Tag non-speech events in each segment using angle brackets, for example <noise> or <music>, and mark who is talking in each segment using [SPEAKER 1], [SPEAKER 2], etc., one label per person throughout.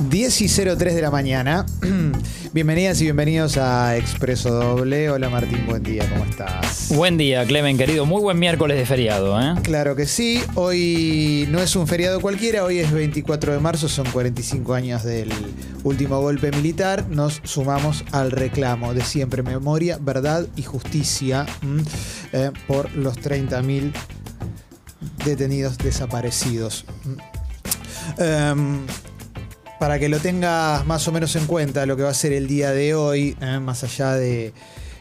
[SPEAKER 1] 10 y 03 de la mañana. <clears throat> Bienvenidas y bienvenidos a Expreso Doble. Hola Martín, buen día, ¿cómo estás?
[SPEAKER 2] Buen día, Clemen, querido. Muy buen miércoles de feriado, ¿eh?
[SPEAKER 1] Claro que sí, hoy no es un feriado cualquiera, hoy es 24 de marzo, son 45 años del último golpe militar, nos sumamos al reclamo de siempre memoria, verdad y justicia ¿m? Eh, por los 30.000 detenidos desaparecidos. Em, para que lo tengas más o menos en cuenta, lo que va a ser el día de hoy, eh, más allá de,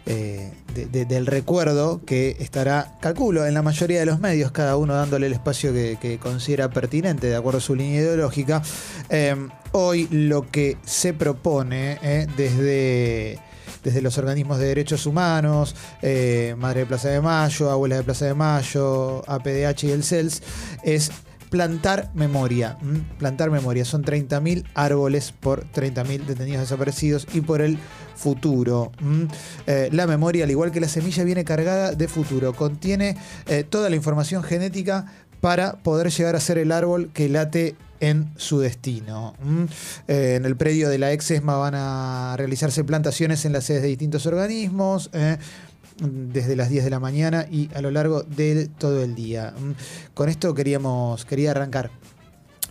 [SPEAKER 1] eh, de- de- del recuerdo que estará, calculo, en la mayoría de los medios, cada uno dándole el espacio que, que considera pertinente, de acuerdo a su línea ideológica. Eh, hoy lo que se propone eh, desde desde los organismos de derechos humanos, eh, Madre de Plaza de Mayo, Abuela de Plaza de Mayo, APDH y el CELS, es plantar memoria. ¿m? Plantar memoria. Son 30.000 árboles por 30.000 detenidos desaparecidos y por el futuro. ¿m? Eh, la memoria, al igual que la semilla, viene cargada de futuro. Contiene eh, toda la información genética para poder llegar a ser el árbol que late en su destino. ¿m? Eh, en el predio de la ex ESMA van a realizarse plantaciones en las sedes de distintos organismos. eh, desde las 10 de la mañana y a lo largo de todo el día. ¿m? Con esto queríamos, quería arrancar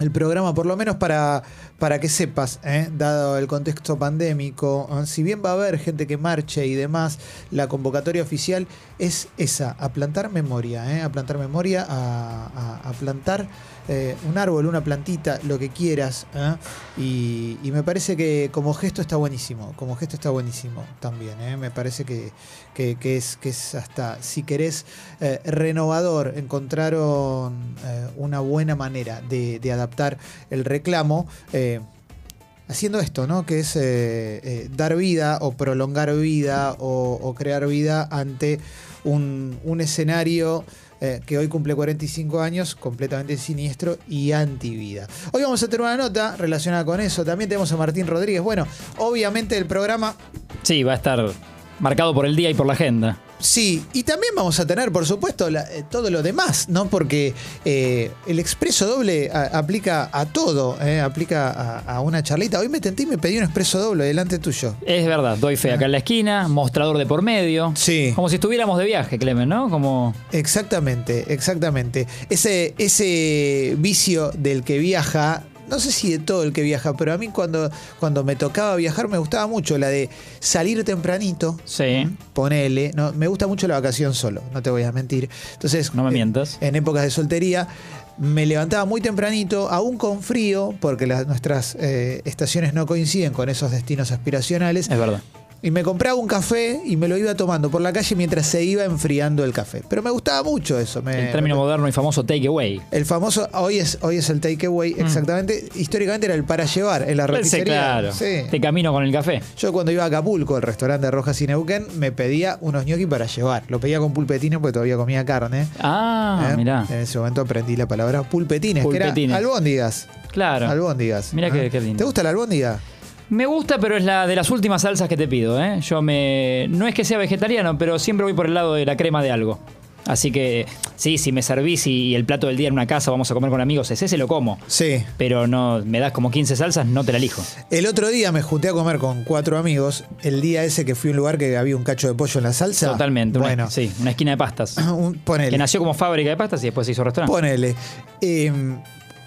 [SPEAKER 1] el programa, por lo menos para, para que sepas, ¿eh? dado el contexto pandémico, ¿eh? si bien va a haber gente que marche y demás, la convocatoria oficial es esa, a plantar memoria, ¿eh? a plantar memoria, a, a- a plantar eh, un árbol, una plantita, lo que quieras. ¿eh? Y, y me parece que como gesto está buenísimo, como gesto está buenísimo también, ¿eh? me parece que, que, que es, que es hasta, si querés, eh, renovador. Encontraron eh, una buena manera de, de adaptar el reclamo. eh, Haciendo esto, ¿no? Que es eh, eh, dar vida o prolongar vida o, o crear vida ante un, un escenario eh, que hoy cumple 45 años, completamente siniestro y antivida. Hoy vamos a tener una nota relacionada con eso. También tenemos a Martín Rodríguez. Bueno, obviamente el programa
[SPEAKER 2] Sí, va a estar marcado por el día y por la agenda.
[SPEAKER 1] Sí, y también vamos a tener, por supuesto, la- eh, todo lo demás, ¿no? Porque eh, el expreso doble a- aplica a todo, ¿eh? aplica a, a una charlita. Hoy me tenté y me pedí un expreso doble delante tuyo.
[SPEAKER 2] Es verdad, doy fe acá en la esquina, mostrador de por medio.
[SPEAKER 1] Sí.
[SPEAKER 2] Como si estuviéramos de viaje, Clemen, ¿no? Como.
[SPEAKER 1] Exactamente, exactamente. Ese, ese vicio del que viaja, no sé si de todo el que viaja, pero a mí cuando, cuando me tocaba viajar me gustaba mucho la de salir tempranito.
[SPEAKER 2] Sí,
[SPEAKER 1] Ponele, no, me gusta mucho la vacación solo, no te voy a mentir. Entonces,
[SPEAKER 2] no me
[SPEAKER 1] eh,
[SPEAKER 2] mientas.
[SPEAKER 1] en épocas de soltería. Me levantaba muy tempranito, aún con frío, porque las, nuestras eh, estaciones no coinciden con esos destinos aspiracionales.
[SPEAKER 2] Es verdad.
[SPEAKER 1] Y me compraba un café y me lo iba tomando por la calle mientras se iba enfriando el café. Pero me gustaba mucho eso. Me,
[SPEAKER 2] El término
[SPEAKER 1] me-
[SPEAKER 2] moderno y famoso takeaway.
[SPEAKER 1] el famoso, hoy es, hoy es el takeaway,
[SPEAKER 2] Mm.
[SPEAKER 1] exactamente. Históricamente era el para llevar en la
[SPEAKER 2] Pensé,
[SPEAKER 1] repostería.
[SPEAKER 2] claro.
[SPEAKER 1] Sí.
[SPEAKER 2] Te camino con el café.
[SPEAKER 1] Yo cuando iba a Acapulco, al restaurante de Rojas y Neuquén, me pedía unos ñoquis para llevar. Lo pedía con pulpetino porque todavía comía carne.
[SPEAKER 2] Ah,
[SPEAKER 1] ¿Eh?
[SPEAKER 2] mirá.
[SPEAKER 1] En ese momento aprendí la palabra pulpetines, que era
[SPEAKER 2] Pulpetines.
[SPEAKER 1] albóndigas.
[SPEAKER 2] Claro.
[SPEAKER 1] Albóndigas. ¿Eh?
[SPEAKER 2] Mirá qué- qué lindo.
[SPEAKER 1] ¿Te gusta la albóndiga?
[SPEAKER 2] Me gusta, pero es la de las últimas salsas que te pido, ¿eh? Yo me. No es que sea vegetariano, pero siempre voy por el lado de la crema de algo. Así que, sí, si me servís y, y el plato del día en una casa vamos a comer con amigos, ese se lo como.
[SPEAKER 1] Sí.
[SPEAKER 2] Pero no, me das como 15 salsas, no te la elijo.
[SPEAKER 1] El otro día me junté a comer con cuatro amigos. El día ese que fui a un lugar que había un cacho de pollo en la salsa.
[SPEAKER 2] Totalmente. una-
[SPEAKER 1] Bueno,
[SPEAKER 2] sí, una esquina de
[SPEAKER 1] <clears throat>
[SPEAKER 2] pastas.
[SPEAKER 1] un- ponele.
[SPEAKER 2] que nació como fábrica de pastas y después se hizo restaurante.
[SPEAKER 1] Ponele. Eh,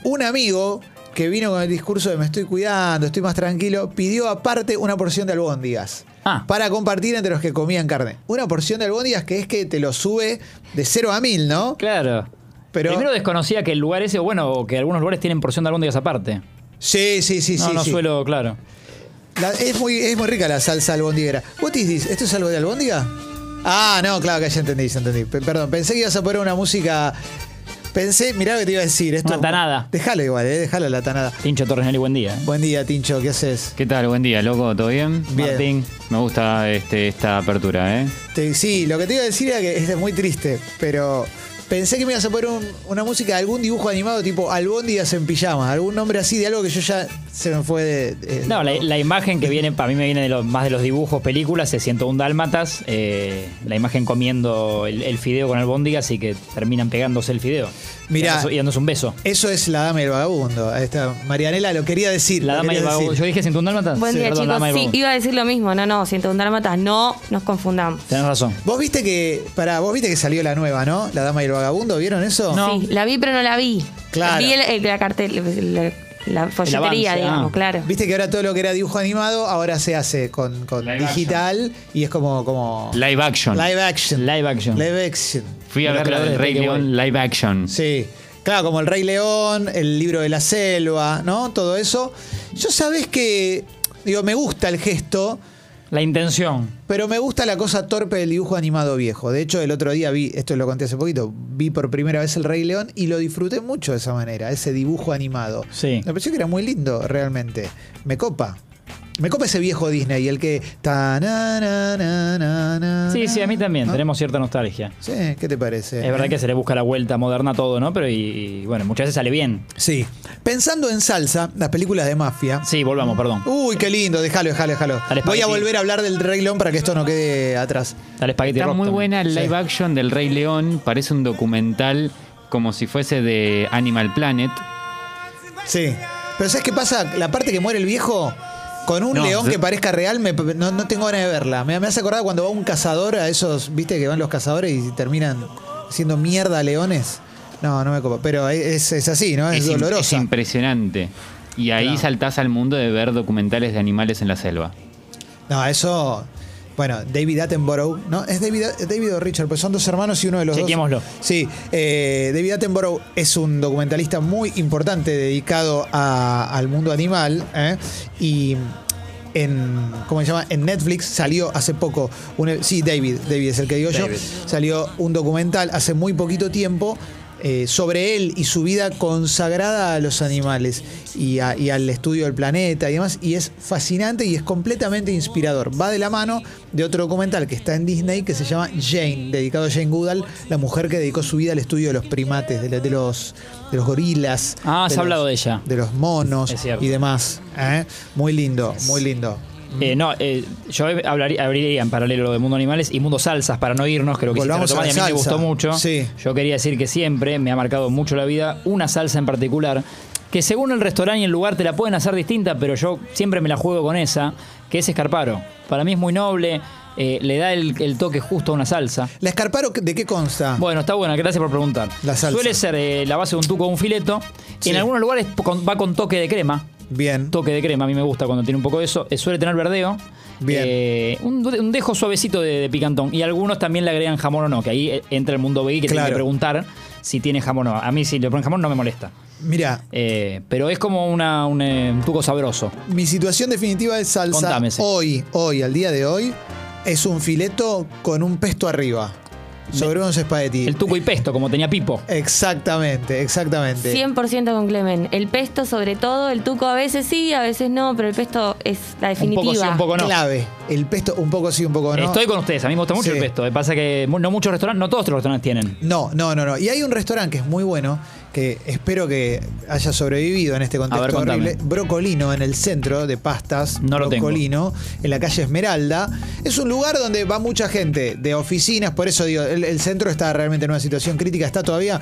[SPEAKER 1] un amigo que vino con el discurso de me estoy cuidando, estoy más tranquilo, pidió aparte una porción de albóndigas.
[SPEAKER 2] Ah.
[SPEAKER 1] Para compartir entre los que comían carne. Una porción de albóndigas que es que te lo sube de 0 a 1000, ¿no?
[SPEAKER 2] Claro.
[SPEAKER 1] Pero-
[SPEAKER 2] Primero desconocía que el lugar ese, o bueno, o que algunos lugares tienen porción de albóndigas aparte.
[SPEAKER 1] Sí, sí, sí,
[SPEAKER 2] No,
[SPEAKER 1] sí.
[SPEAKER 2] no
[SPEAKER 1] sí.
[SPEAKER 2] suelo, claro.
[SPEAKER 1] La- es, muy, es muy rica la salsa albondiguera. What is this? ¿Esto es algo de albóndiga? Ah, no, claro que ya entendí, ya entendí. Pe- perdón, pensé que ibas a poner una música. Pensé, mirá lo que te iba a decir. Esto,
[SPEAKER 2] Una tanada.
[SPEAKER 1] Dejala igual, eh, dejala la tanada.
[SPEAKER 2] Tincho Torres Nelly, buen día. ¿eh?
[SPEAKER 1] Buen día, Tincho, ¿qué haces?
[SPEAKER 3] ¿Qué tal? Buen día, loco. ¿Todo bien?
[SPEAKER 1] Bien.
[SPEAKER 2] Martín.
[SPEAKER 3] Me gusta este, esta apertura, ¿eh?
[SPEAKER 1] Te- sí, lo que te iba a decir era que es muy triste, pero pensé que me ibas a poner un- una música de algún dibujo animado tipo Albóndigas en pijama, algún nombre así de algo que yo ya se me fue de. eh,
[SPEAKER 2] No, la, la imagen que viene, para mí me viene de los, más de los dibujos, películas, es 101 Dálmatas, eh, la imagen comiendo el, el fideo con albóndigas y que terminan pegándose el fideo.
[SPEAKER 1] Mirá.
[SPEAKER 2] Y dándose un beso.
[SPEAKER 1] Eso es la dama y el vagabundo. Ahí está. Marianela lo quería decir.
[SPEAKER 2] La
[SPEAKER 1] lo
[SPEAKER 2] dama y
[SPEAKER 1] quería
[SPEAKER 2] el
[SPEAKER 1] decir.
[SPEAKER 2] vagabundo. Yo dije sin tu dálmatas.
[SPEAKER 4] Buen
[SPEAKER 2] Ah, Sí,
[SPEAKER 4] día,
[SPEAKER 2] perdón, la dama y el
[SPEAKER 4] chicos.
[SPEAKER 2] vagabundo.
[SPEAKER 4] Sí, iba a decir lo mismo. No, no, 101 Dálmatas. No nos confundamos.
[SPEAKER 2] Tenés razón.
[SPEAKER 1] Vos viste que. Pará, vos viste que salió la nueva, ¿no? La dama y el vagabundo, ¿vieron eso?
[SPEAKER 2] No.
[SPEAKER 4] Sí, la vi, pero no la vi.
[SPEAKER 1] Claro.
[SPEAKER 4] Vi el- el- la cartel, el- la, la
[SPEAKER 2] avance,
[SPEAKER 4] folletería,
[SPEAKER 2] ah.
[SPEAKER 4] digamos, claro.
[SPEAKER 1] Viste que ahora todo lo que era dibujo animado ahora se hace con, con
[SPEAKER 3] Live
[SPEAKER 1] digital y es como, como
[SPEAKER 3] Live action.
[SPEAKER 1] live action.
[SPEAKER 2] Live action.
[SPEAKER 1] Live action.
[SPEAKER 3] Fui a ver la del Rey León, live action.
[SPEAKER 1] Sí. Claro, como el Rey León, el libro de la selva, ¿no? Todo eso. Yo sabés que. Digo, me gusta el gesto.
[SPEAKER 2] La intención.
[SPEAKER 1] Pero me gusta la cosa torpe del dibujo animado viejo. De hecho, el otro día vi, esto lo conté hace poquito, vi por primera vez El Rey León y lo disfruté mucho de esa manera, ese dibujo animado.
[SPEAKER 2] Sí.
[SPEAKER 1] Me pareció que era muy lindo, realmente. Me copa. Me copa ese viejo Disney, el que... ta, na, na, na, na, na,
[SPEAKER 2] Sí, sí, a mí también.
[SPEAKER 1] ¿no?
[SPEAKER 2] Tenemos cierta nostalgia.
[SPEAKER 1] Ah. Sí, ¿qué te parece? ¿Eh?
[SPEAKER 2] Es verdad que se le busca la vuelta moderna a todo, ¿no? Pero y, y, bueno, muchas veces sale bien.
[SPEAKER 1] Sí. Pensando en salsa, las películas de mafia...
[SPEAKER 2] Sí, volvamos, perdón.
[SPEAKER 1] Uy, qué lindo, déjalo, déjalo, déjalo.
[SPEAKER 2] Al
[SPEAKER 1] Voy a
[SPEAKER 2] espagueti.
[SPEAKER 1] volver a hablar del Rey León para que esto no quede atrás.
[SPEAKER 2] Al espagueti
[SPEAKER 3] Está
[SPEAKER 2] rock
[SPEAKER 3] muy
[SPEAKER 2] también.
[SPEAKER 3] buena el live
[SPEAKER 1] Sí.
[SPEAKER 3] action del Rey León. Parece un documental como si fuese de Animal Planet.
[SPEAKER 1] Sí. Pero ¿sabes qué pasa? La parte que muere el viejo con un
[SPEAKER 3] No,
[SPEAKER 1] león
[SPEAKER 3] yo-
[SPEAKER 1] que parezca real, me- no, no tengo ganas de verla. Me, me hace acordar cuando va un cazador a esos, viste, que van los cazadores y terminan siendo mierda a leones. No, no me copa. Pero es, es así, ¿no? Ah, Es,
[SPEAKER 3] im- es
[SPEAKER 1] dolorosa.
[SPEAKER 3] impresionante. Y ahí
[SPEAKER 1] Claro.
[SPEAKER 3] saltás al mundo de ver documentales de animales en la selva.
[SPEAKER 1] no, eso. Bueno, David Attenborough, ¿no? Es David, David o Richard, pues son dos hermanos y uno de los dos.
[SPEAKER 2] Chequémoslo.
[SPEAKER 1] Sí, eh, David Attenborough es un documentalista muy importante dedicado a- al mundo animal. ¿eh? Y en, ¿cómo se llama? en Netflix salió hace poco, un- e, sí, David, David es el que digo
[SPEAKER 2] David.
[SPEAKER 1] yo, salió un documental hace muy poquito tiempo. eh, sobre él y su vida consagrada a los animales y, a- y al estudio del planeta y demás, y es fascinante y es completamente inspirador. Va de la mano de otro documental que está en Disney que se llama Jane, dedicado a Jane Goodall, la mujer que dedicó su vida al estudio de los primates, de, la- de los, de los gorilas.
[SPEAKER 2] Ah, se ha
[SPEAKER 1] los-
[SPEAKER 2] hablado de ella.
[SPEAKER 1] De los monos
[SPEAKER 2] Es cierto.
[SPEAKER 1] y demás. ¿eh? Muy lindo, muy lindo.
[SPEAKER 2] Eh, no, eh, yo hablaría, abriría en paralelo lo de Mundo Animales y Mundo Salsas para no irnos, creo que quisiste
[SPEAKER 1] Volvamos a
[SPEAKER 2] retomar y a mí
[SPEAKER 1] la
[SPEAKER 2] me
[SPEAKER 1] salsa.
[SPEAKER 2] gustó mucho.
[SPEAKER 1] Sí.
[SPEAKER 2] Yo quería decir que siempre me ha marcado mucho la vida una salsa en particular, que según el restaurante y el lugar te la pueden hacer distinta, pero yo siempre me la juego con esa, que es escarparo. Para mí es muy noble, eh, le da el, el toque justo a una salsa.
[SPEAKER 1] ¿La escarparo de qué consta?
[SPEAKER 2] Bueno, está buena, gracias por preguntar.
[SPEAKER 1] La salsa.
[SPEAKER 2] Suele ser eh, la base de un tuco o un fileto.
[SPEAKER 1] Sí.
[SPEAKER 2] En algunos lugares con- va con toque de crema
[SPEAKER 1] Bien.
[SPEAKER 2] toque de crema, a mí me gusta cuando tiene un poco de eso. Eh, suele tener verdeo.
[SPEAKER 1] Bien.
[SPEAKER 2] Eh, un, un dejo suavecito de, de picantón. Y algunos también le agregan jamón o no, que ahí eh, entra el mundo veggie que tiene
[SPEAKER 1] Claro.
[SPEAKER 2] que preguntar si tiene jamón o no. A mí si le ponen jamón no me molesta.
[SPEAKER 1] Mira,
[SPEAKER 2] Eh, pero es como una, un, eh, un tuco sabroso.
[SPEAKER 1] mi situación definitiva de salsa
[SPEAKER 2] Contame, sí.
[SPEAKER 1] hoy, hoy, al día de hoy, es un fileto con un pesto arriba. Sobre unos espaguetis.
[SPEAKER 2] El tuco y pesto, como tenía Pipo.
[SPEAKER 1] Exactamente, exactamente.
[SPEAKER 4] 100% con Clemen. El pesto, sobre todo, el tuco a veces sí, a veces no, pero el pesto es la
[SPEAKER 2] Un
[SPEAKER 4] definitiva.
[SPEAKER 2] poco sí, un poco no.
[SPEAKER 1] Clave. El pesto, un poco sí, un poco no.
[SPEAKER 2] Estoy con ustedes, a mí me gusta mucho
[SPEAKER 1] Sí.
[SPEAKER 2] el pesto. Lo que Pasa que mu- no muchos restaurantes, no todos los restaurantes tienen.
[SPEAKER 1] No, no, no, no. Y hay un restaurante que es muy bueno, que espero que haya sobrevivido en este contexto
[SPEAKER 2] ver, contame.
[SPEAKER 1] horrible. Brocolino, en el centro de pastas.
[SPEAKER 2] No lo tengo.
[SPEAKER 1] Brocolino, en la calle Esmeralda. Es un lugar donde va mucha gente de oficinas, por eso digo, el, el centro está realmente en una situación crítica, está todavía.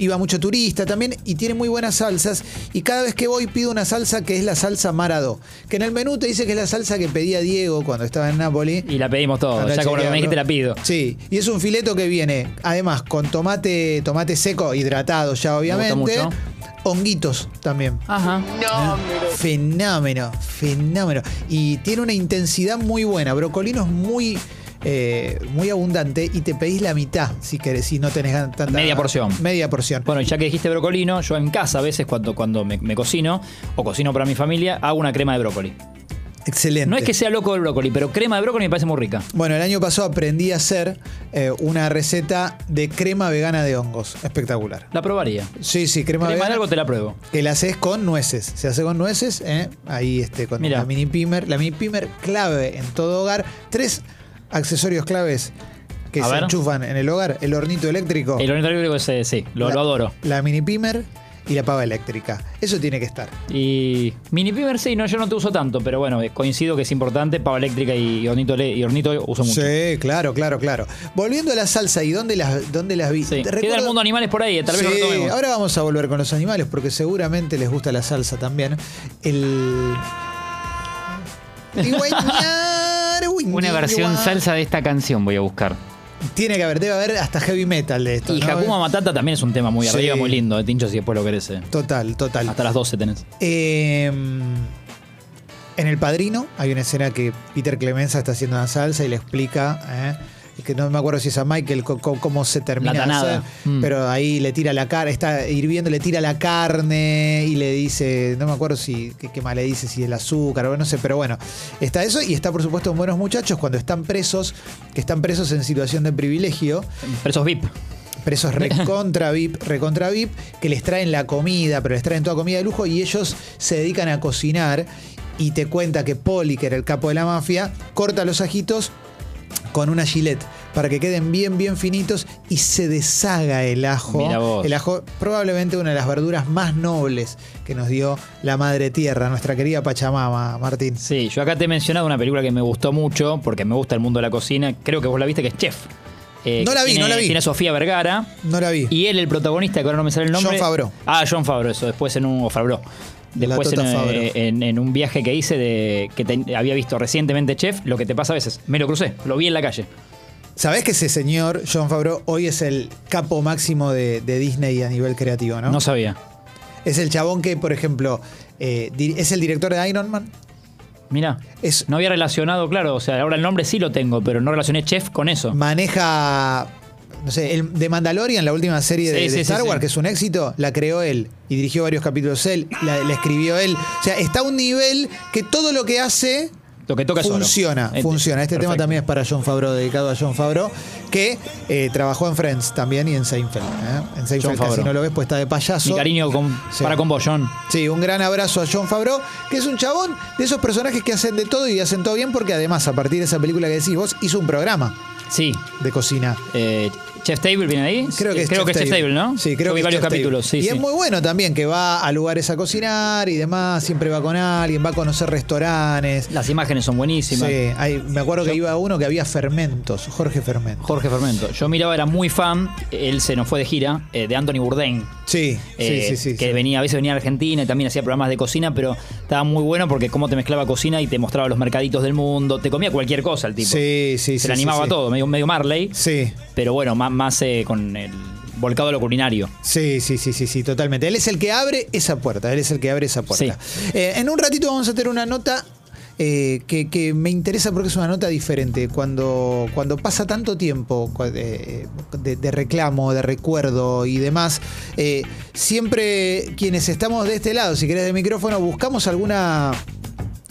[SPEAKER 1] Iba mucho turista también y tiene muy buenas salsas. Y cada vez que voy pido una salsa que es la salsa Maradó. Que en el menú te dice que es la salsa que pedía Diego cuando estaba en Nápoles.
[SPEAKER 2] Y la pedimos todos.
[SPEAKER 1] Andá
[SPEAKER 2] Ya como lo que
[SPEAKER 1] chequealo.
[SPEAKER 2] me dijiste la pido.
[SPEAKER 1] Sí, y es un fileto que viene, además, con tomate, tomate seco, hidratado ya obviamente.
[SPEAKER 2] mucho.
[SPEAKER 1] Honguitos también.
[SPEAKER 2] Ajá.
[SPEAKER 1] Fenómeno, fenómeno. Y tiene una intensidad muy buena. Brocolino es muy. eh, muy abundante y te pedís la mitad si querés, si no tenés gan- tanta
[SPEAKER 2] Media porción.
[SPEAKER 1] Media porción.
[SPEAKER 2] Bueno, ya que dijiste brocolino, yo en casa a veces cuando, cuando me, me cocino o cocino para mi familia, hago una crema de brócoli.
[SPEAKER 1] Excelente.
[SPEAKER 2] No es que sea loco el brócoli, pero crema de brócoli me parece muy rica.
[SPEAKER 1] Bueno, el año pasado aprendí a hacer eh, una receta de crema vegana de hongos. Espectacular.
[SPEAKER 2] La probaría.
[SPEAKER 1] Sí, sí, crema,
[SPEAKER 2] Crema de
[SPEAKER 1] vegana.
[SPEAKER 2] algo te la pruebo.
[SPEAKER 1] Que la haces con nueces. Se hace con nueces, ¿eh? ahí este, con
[SPEAKER 2] Mirá.
[SPEAKER 1] la mini pimer. La mini pimer clave en todo hogar. Tres accesorios claves que
[SPEAKER 2] A
[SPEAKER 1] se
[SPEAKER 2] ver.
[SPEAKER 1] enchufan en el hogar. El hornito eléctrico.
[SPEAKER 2] El hornito eléctrico es, eh, sí, lo,
[SPEAKER 1] Oh. la-
[SPEAKER 2] lo adoro.
[SPEAKER 1] La mini pimer. y la pava eléctrica. Eso tiene que estar.
[SPEAKER 2] Y mini pimer sí, no, yo no te uso tanto, pero bueno, eh, coincido que es importante. Pava eléctrica y hornito, le- y hornito uso mucho.
[SPEAKER 1] Sí, claro, claro, claro. Volviendo a la salsa y dónde las, dónde las vi.
[SPEAKER 2] Sí.
[SPEAKER 1] Te
[SPEAKER 2] Queda el
[SPEAKER 1] recuerdo-
[SPEAKER 2] mundo animales por ahí, eh, tal vez
[SPEAKER 1] Sí,
[SPEAKER 2] lo retomemos.
[SPEAKER 1] ahora vamos a volver con los animales porque seguramente les gusta la salsa también. El.
[SPEAKER 2] <laughs>
[SPEAKER 3] Una versión salsa de esta canción voy a buscar.
[SPEAKER 1] Tiene que haber, debe haber hasta heavy metal de esto.
[SPEAKER 2] Y
[SPEAKER 1] ¿no?
[SPEAKER 2] Hakuma Matata también es un tema muy
[SPEAKER 1] Sí.
[SPEAKER 2] arriba, muy lindo, eh, Tincho, si después lo querés. eh.
[SPEAKER 1] Total, total.
[SPEAKER 2] Hasta las 12 tenés.
[SPEAKER 1] Eh, en El Padrino hay una escena que Peter Clemenza está haciendo una salsa y le explica, eh, y que no me acuerdo si es a Michael co- co- cómo, se termina
[SPEAKER 2] La
[SPEAKER 1] de
[SPEAKER 2] tanada.
[SPEAKER 1] hacer,
[SPEAKER 2] Mm.
[SPEAKER 1] pero ahí le tira la cara, está hirviendo, le tira la carne y le dice, no me acuerdo si qué, qué más le dice, si el azúcar o no sé, pero bueno, está eso y está por supuesto en Buenos Muchachos cuando están presos, que están presos en situación de privilegio
[SPEAKER 2] Presos VIP. <laughs>
[SPEAKER 1] presos recontra VIP, recontra VIP, que les traen la comida, pero les traen toda comida de lujo y ellos se dedican a cocinar y te cuenta que Poli, que era el capo de la mafia, corta los ajitos con una gilet para que queden bien, bien finitos y se deshaga el ajo.
[SPEAKER 2] Mirá vos.
[SPEAKER 1] El ajo, probablemente una de las verduras más nobles que nos dio la madre tierra, nuestra querida Pachamama, Martín.
[SPEAKER 2] Sí, yo acá te he mencionado una película que me gustó mucho, porque me gusta el mundo de la cocina. Creo que vos la viste, que es Chef. Eh,
[SPEAKER 1] No
[SPEAKER 2] que
[SPEAKER 1] la vi,
[SPEAKER 2] tiene-
[SPEAKER 1] no la vi.
[SPEAKER 2] Tiene a Sofía Vergara.
[SPEAKER 1] No la vi.
[SPEAKER 2] Y él, el protagonista, que ahora no me sale el nombre.
[SPEAKER 1] John Favreau.
[SPEAKER 2] Ah, John Favreau, eso. Después en un. O Favreau.
[SPEAKER 1] La
[SPEAKER 2] Después en,
[SPEAKER 1] Tota
[SPEAKER 2] eh,
[SPEAKER 1] Favreau.
[SPEAKER 2] en- en un viaje que hice de que te- había visto recientemente Chef, lo que te pasa a veces. Me lo crucé, lo vi en la calle.
[SPEAKER 1] Sabés que ese señor, John Favreau, hoy es el capo máximo de, de Disney a nivel creativo, ¿no?
[SPEAKER 2] No, sabía.
[SPEAKER 1] Es el chabón que, por ejemplo, eh, di- es el director de Iron Man.
[SPEAKER 2] Mira,
[SPEAKER 1] Es-
[SPEAKER 2] no había relacionado, claro, o sea, ahora el nombre sí lo tengo, pero no relacioné Chef con eso.
[SPEAKER 1] Maneja, no sé, el de Mandalorian, la última serie de,
[SPEAKER 2] Sí,
[SPEAKER 1] de
[SPEAKER 2] sí, sí,
[SPEAKER 1] Star
[SPEAKER 2] sí.
[SPEAKER 1] Wars, que es un éxito, la creó él y dirigió varios capítulos él, la, la escribió él. O sea, está a un nivel que todo lo que hace
[SPEAKER 2] Lo que toca es oro.
[SPEAKER 1] funciona,
[SPEAKER 2] Ent-
[SPEAKER 1] funciona. Este tema
[SPEAKER 2] perfecto.
[SPEAKER 1] también es para John Favreau, dedicado a John Favreau, que eh, trabajó en Friends también y en Seinfeld. ¿eh? En Seinfeld casi
[SPEAKER 2] Favreau.
[SPEAKER 1] no lo ves, pues está de payaso.
[SPEAKER 2] Mi cariño con-
[SPEAKER 1] Sí.
[SPEAKER 2] para con vos, John.
[SPEAKER 1] Sí, un gran abrazo a John Favreau, que es un chabón de esos personajes que hacen de todo y hacen todo bien porque además a partir de esa película que decís vos hizo un programa
[SPEAKER 2] Sí.
[SPEAKER 1] de cocina.
[SPEAKER 2] Eh, Chef Table viene ahí.
[SPEAKER 1] Creo que es
[SPEAKER 2] creo
[SPEAKER 1] Chef
[SPEAKER 2] que es Chef
[SPEAKER 1] Table.
[SPEAKER 2] Table, ¿no?
[SPEAKER 1] Sí, creo
[SPEAKER 2] Yo
[SPEAKER 1] que
[SPEAKER 2] vi
[SPEAKER 1] es
[SPEAKER 2] varios
[SPEAKER 1] Chef Table.
[SPEAKER 2] capítulos, sí,
[SPEAKER 1] Y
[SPEAKER 2] sí.
[SPEAKER 1] es muy bueno también que va a lugares a cocinar y demás, siempre va con alguien, va a conocer restaurantes.
[SPEAKER 2] Las imágenes son
[SPEAKER 1] Sí,
[SPEAKER 2] buenísimas.
[SPEAKER 1] hay- me acuerdo que iba a uno que había fermentos, Jorge Fermento.
[SPEAKER 2] Jorge Fermento. Yo miraba, era muy fan, él se nos fue de gira, eh, de Anthony Bourdain.
[SPEAKER 1] Sí,
[SPEAKER 2] eh,
[SPEAKER 1] sí, sí, sí.
[SPEAKER 2] que
[SPEAKER 1] sí.
[SPEAKER 2] venía, a veces venía a Argentina y también hacía programas de cocina, pero estaba muy bueno porque cómo te mezclaba cocina y te mostraba los mercaditos del mundo, te comía cualquier cosa el tipo.
[SPEAKER 1] Sí, sí,
[SPEAKER 2] se
[SPEAKER 1] sí,
[SPEAKER 2] le
[SPEAKER 1] sí,
[SPEAKER 2] animaba
[SPEAKER 1] sí.
[SPEAKER 2] a todo, medio, medio Marley,
[SPEAKER 1] Sí.
[SPEAKER 2] pero bueno, más, más eh, con el volcado a lo culinario.
[SPEAKER 1] Sí, sí, sí, sí, sí, totalmente. Él es el que abre esa puerta, él es el que abre esa puerta. Eh, en un ratito vamos a tener una nota eh, que, que me interesa porque es una nota diferente. Cuando, cuando pasa tanto tiempo cua- eh, de, de reclamo, de recuerdo y demás, eh, siempre quienes estamos de este lado, si querés de micrófono, buscamos alguna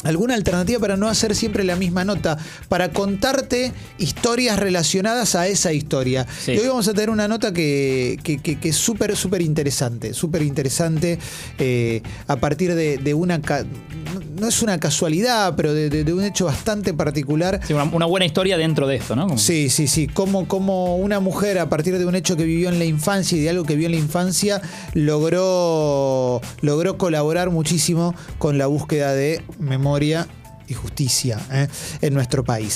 [SPEAKER 1] alguna alternativa para no hacer siempre la misma nota, para contarte historias relacionadas a esa historia.
[SPEAKER 2] Sí.
[SPEAKER 1] Y hoy vamos a tener una nota que, que- que- que es súper, súper interesante, súper interesante eh, a partir de, de una... ca- no es una casualidad, pero de, de- de un hecho bastante particular.
[SPEAKER 2] Sí, una, una buena historia dentro de esto, ¿no? Como-
[SPEAKER 1] Sí, sí, sí. Como, como una mujer, a partir de un hecho que vivió en la infancia y de algo que vio en la infancia, logró, logró colaborar muchísimo con la búsqueda de memoria y justicia ¿eh? en nuestro país.